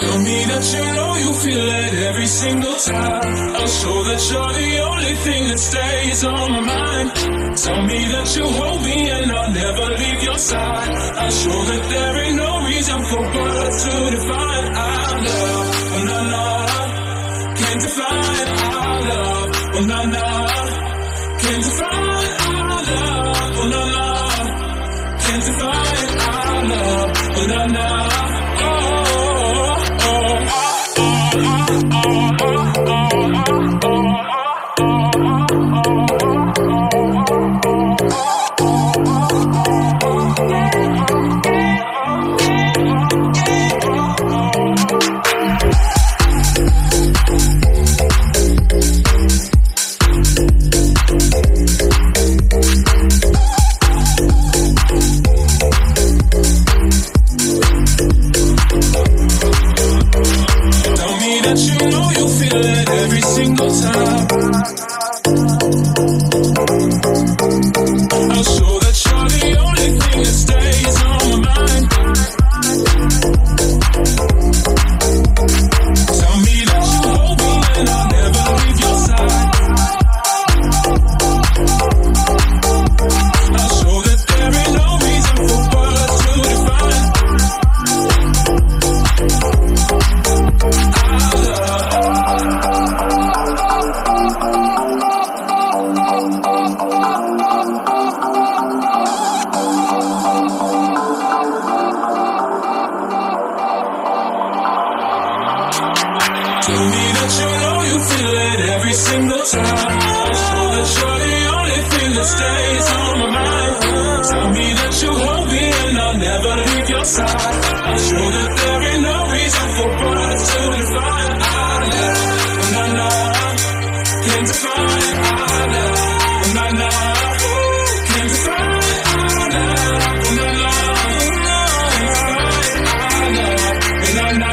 Tell me that you know you feel it every single time. I'll show that you're the only thing that stays on my mind. Tell me that you hold me and I'll never leave your side. I'll show that there ain't no reason for words to define our love. Oh, no, no. Can't define our love. Oh, no, no. Can't define our love. Oh, no, no. Can't define our love. Oh, no, no. Oh, oh, oh. Tell me that you know you feel it every single time. I'll show that you're the only thing that stays on my mind. Tell me that you hold me and I'll never leave your side. I'll show that there ain't no reason for words to define. Tell me that you know you feel it every single time. I show that you're the only thing that stays on my mind. Tell me that you hold me and I'll never leave your side. I show that there ain't no reason for words to define our love. Na na, can't define our love. Na na, can't define our love. Na na, can't define our love. Na na, oh oh oh.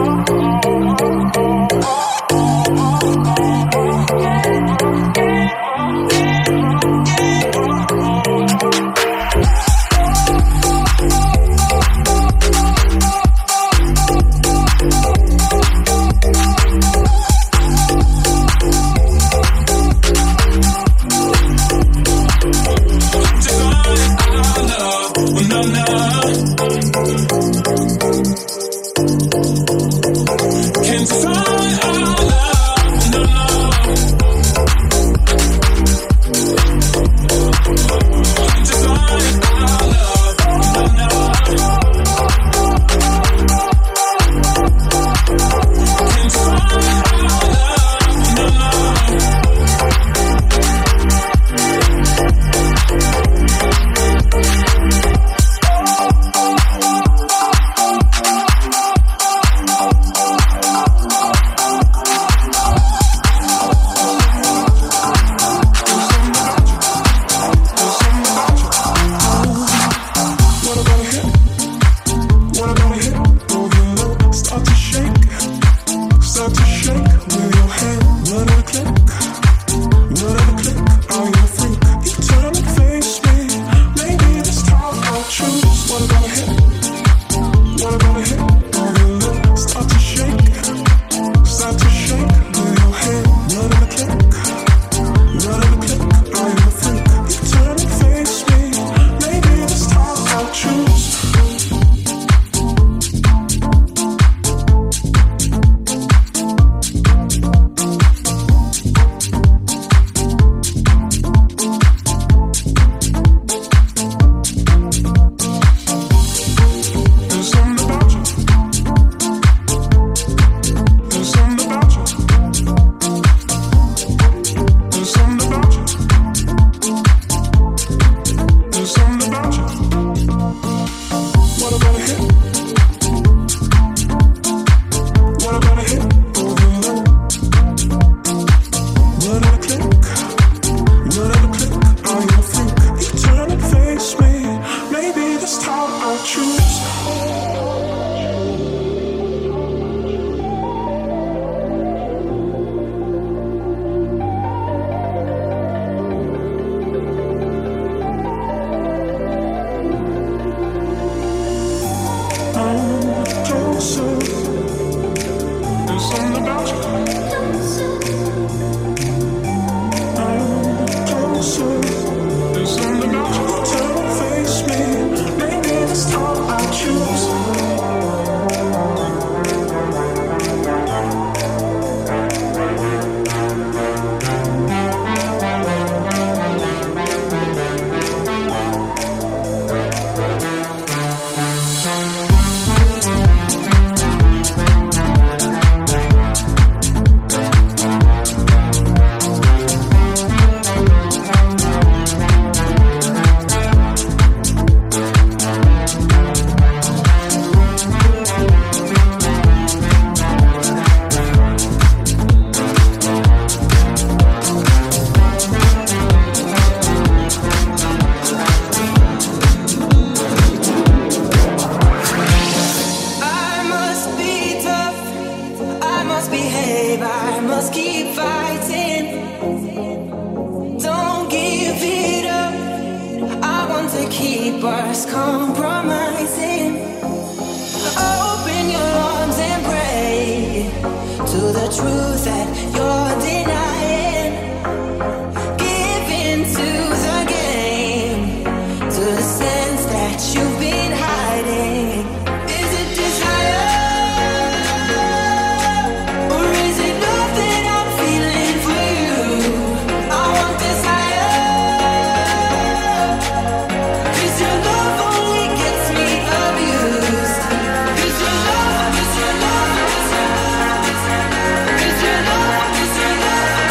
Can't find our to keep us compromising. Open your arms and pray to the truth that you're denying. Give into the game, to the sense that you've been hiding. Is it desire, or is it love that I'm feeling for you? I want desire. Cause your love only gets me abused. Cause your love, cause your love, cause your love, cause your love.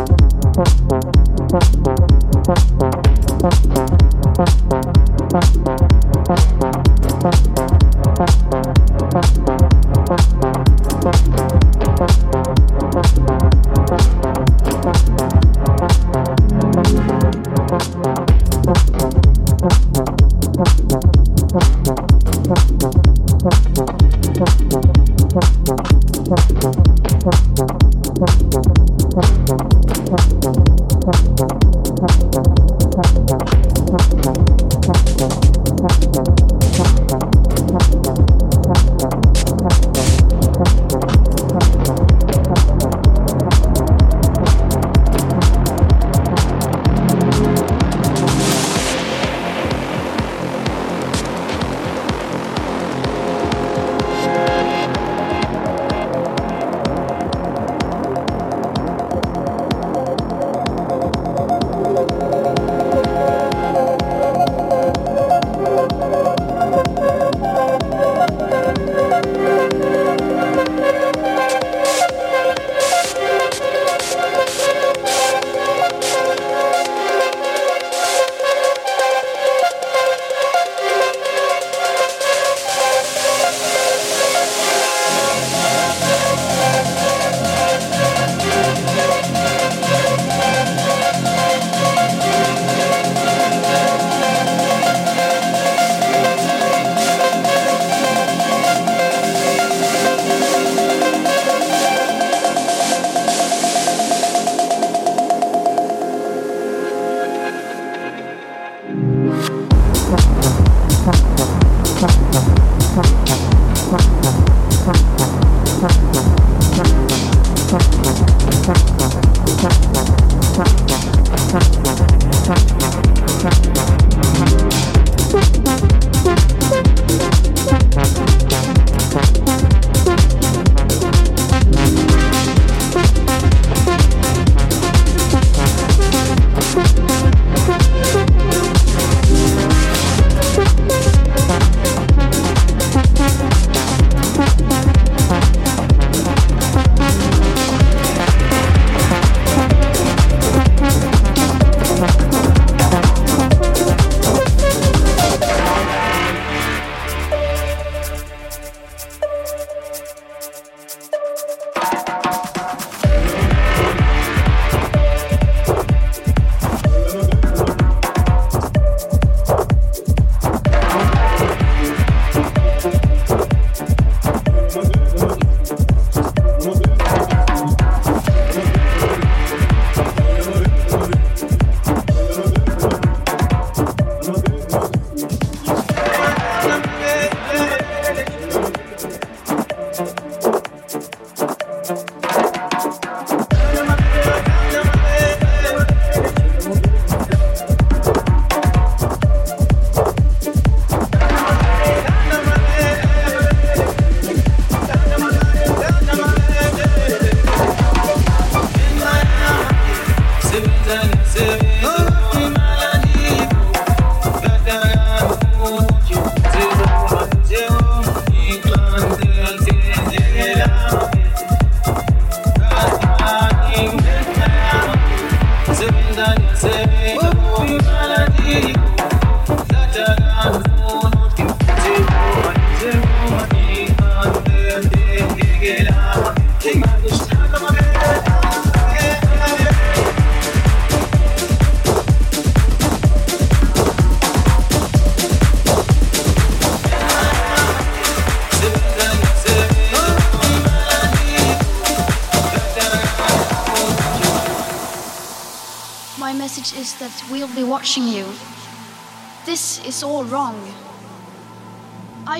watching you. This is all wrong. I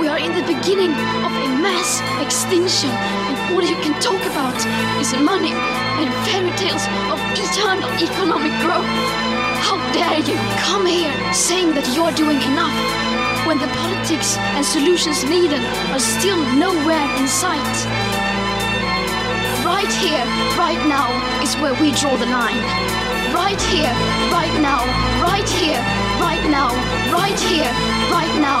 We are in the beginning of a mass extinction, and all you can talk about is money and fairy tales of eternal economic growth. How dare you come here saying that you're doing enough when the politics and solutions needed are still nowhere in sight? Right here, right now is where we draw the line. Right here, right now, right here, right now, right here, right now,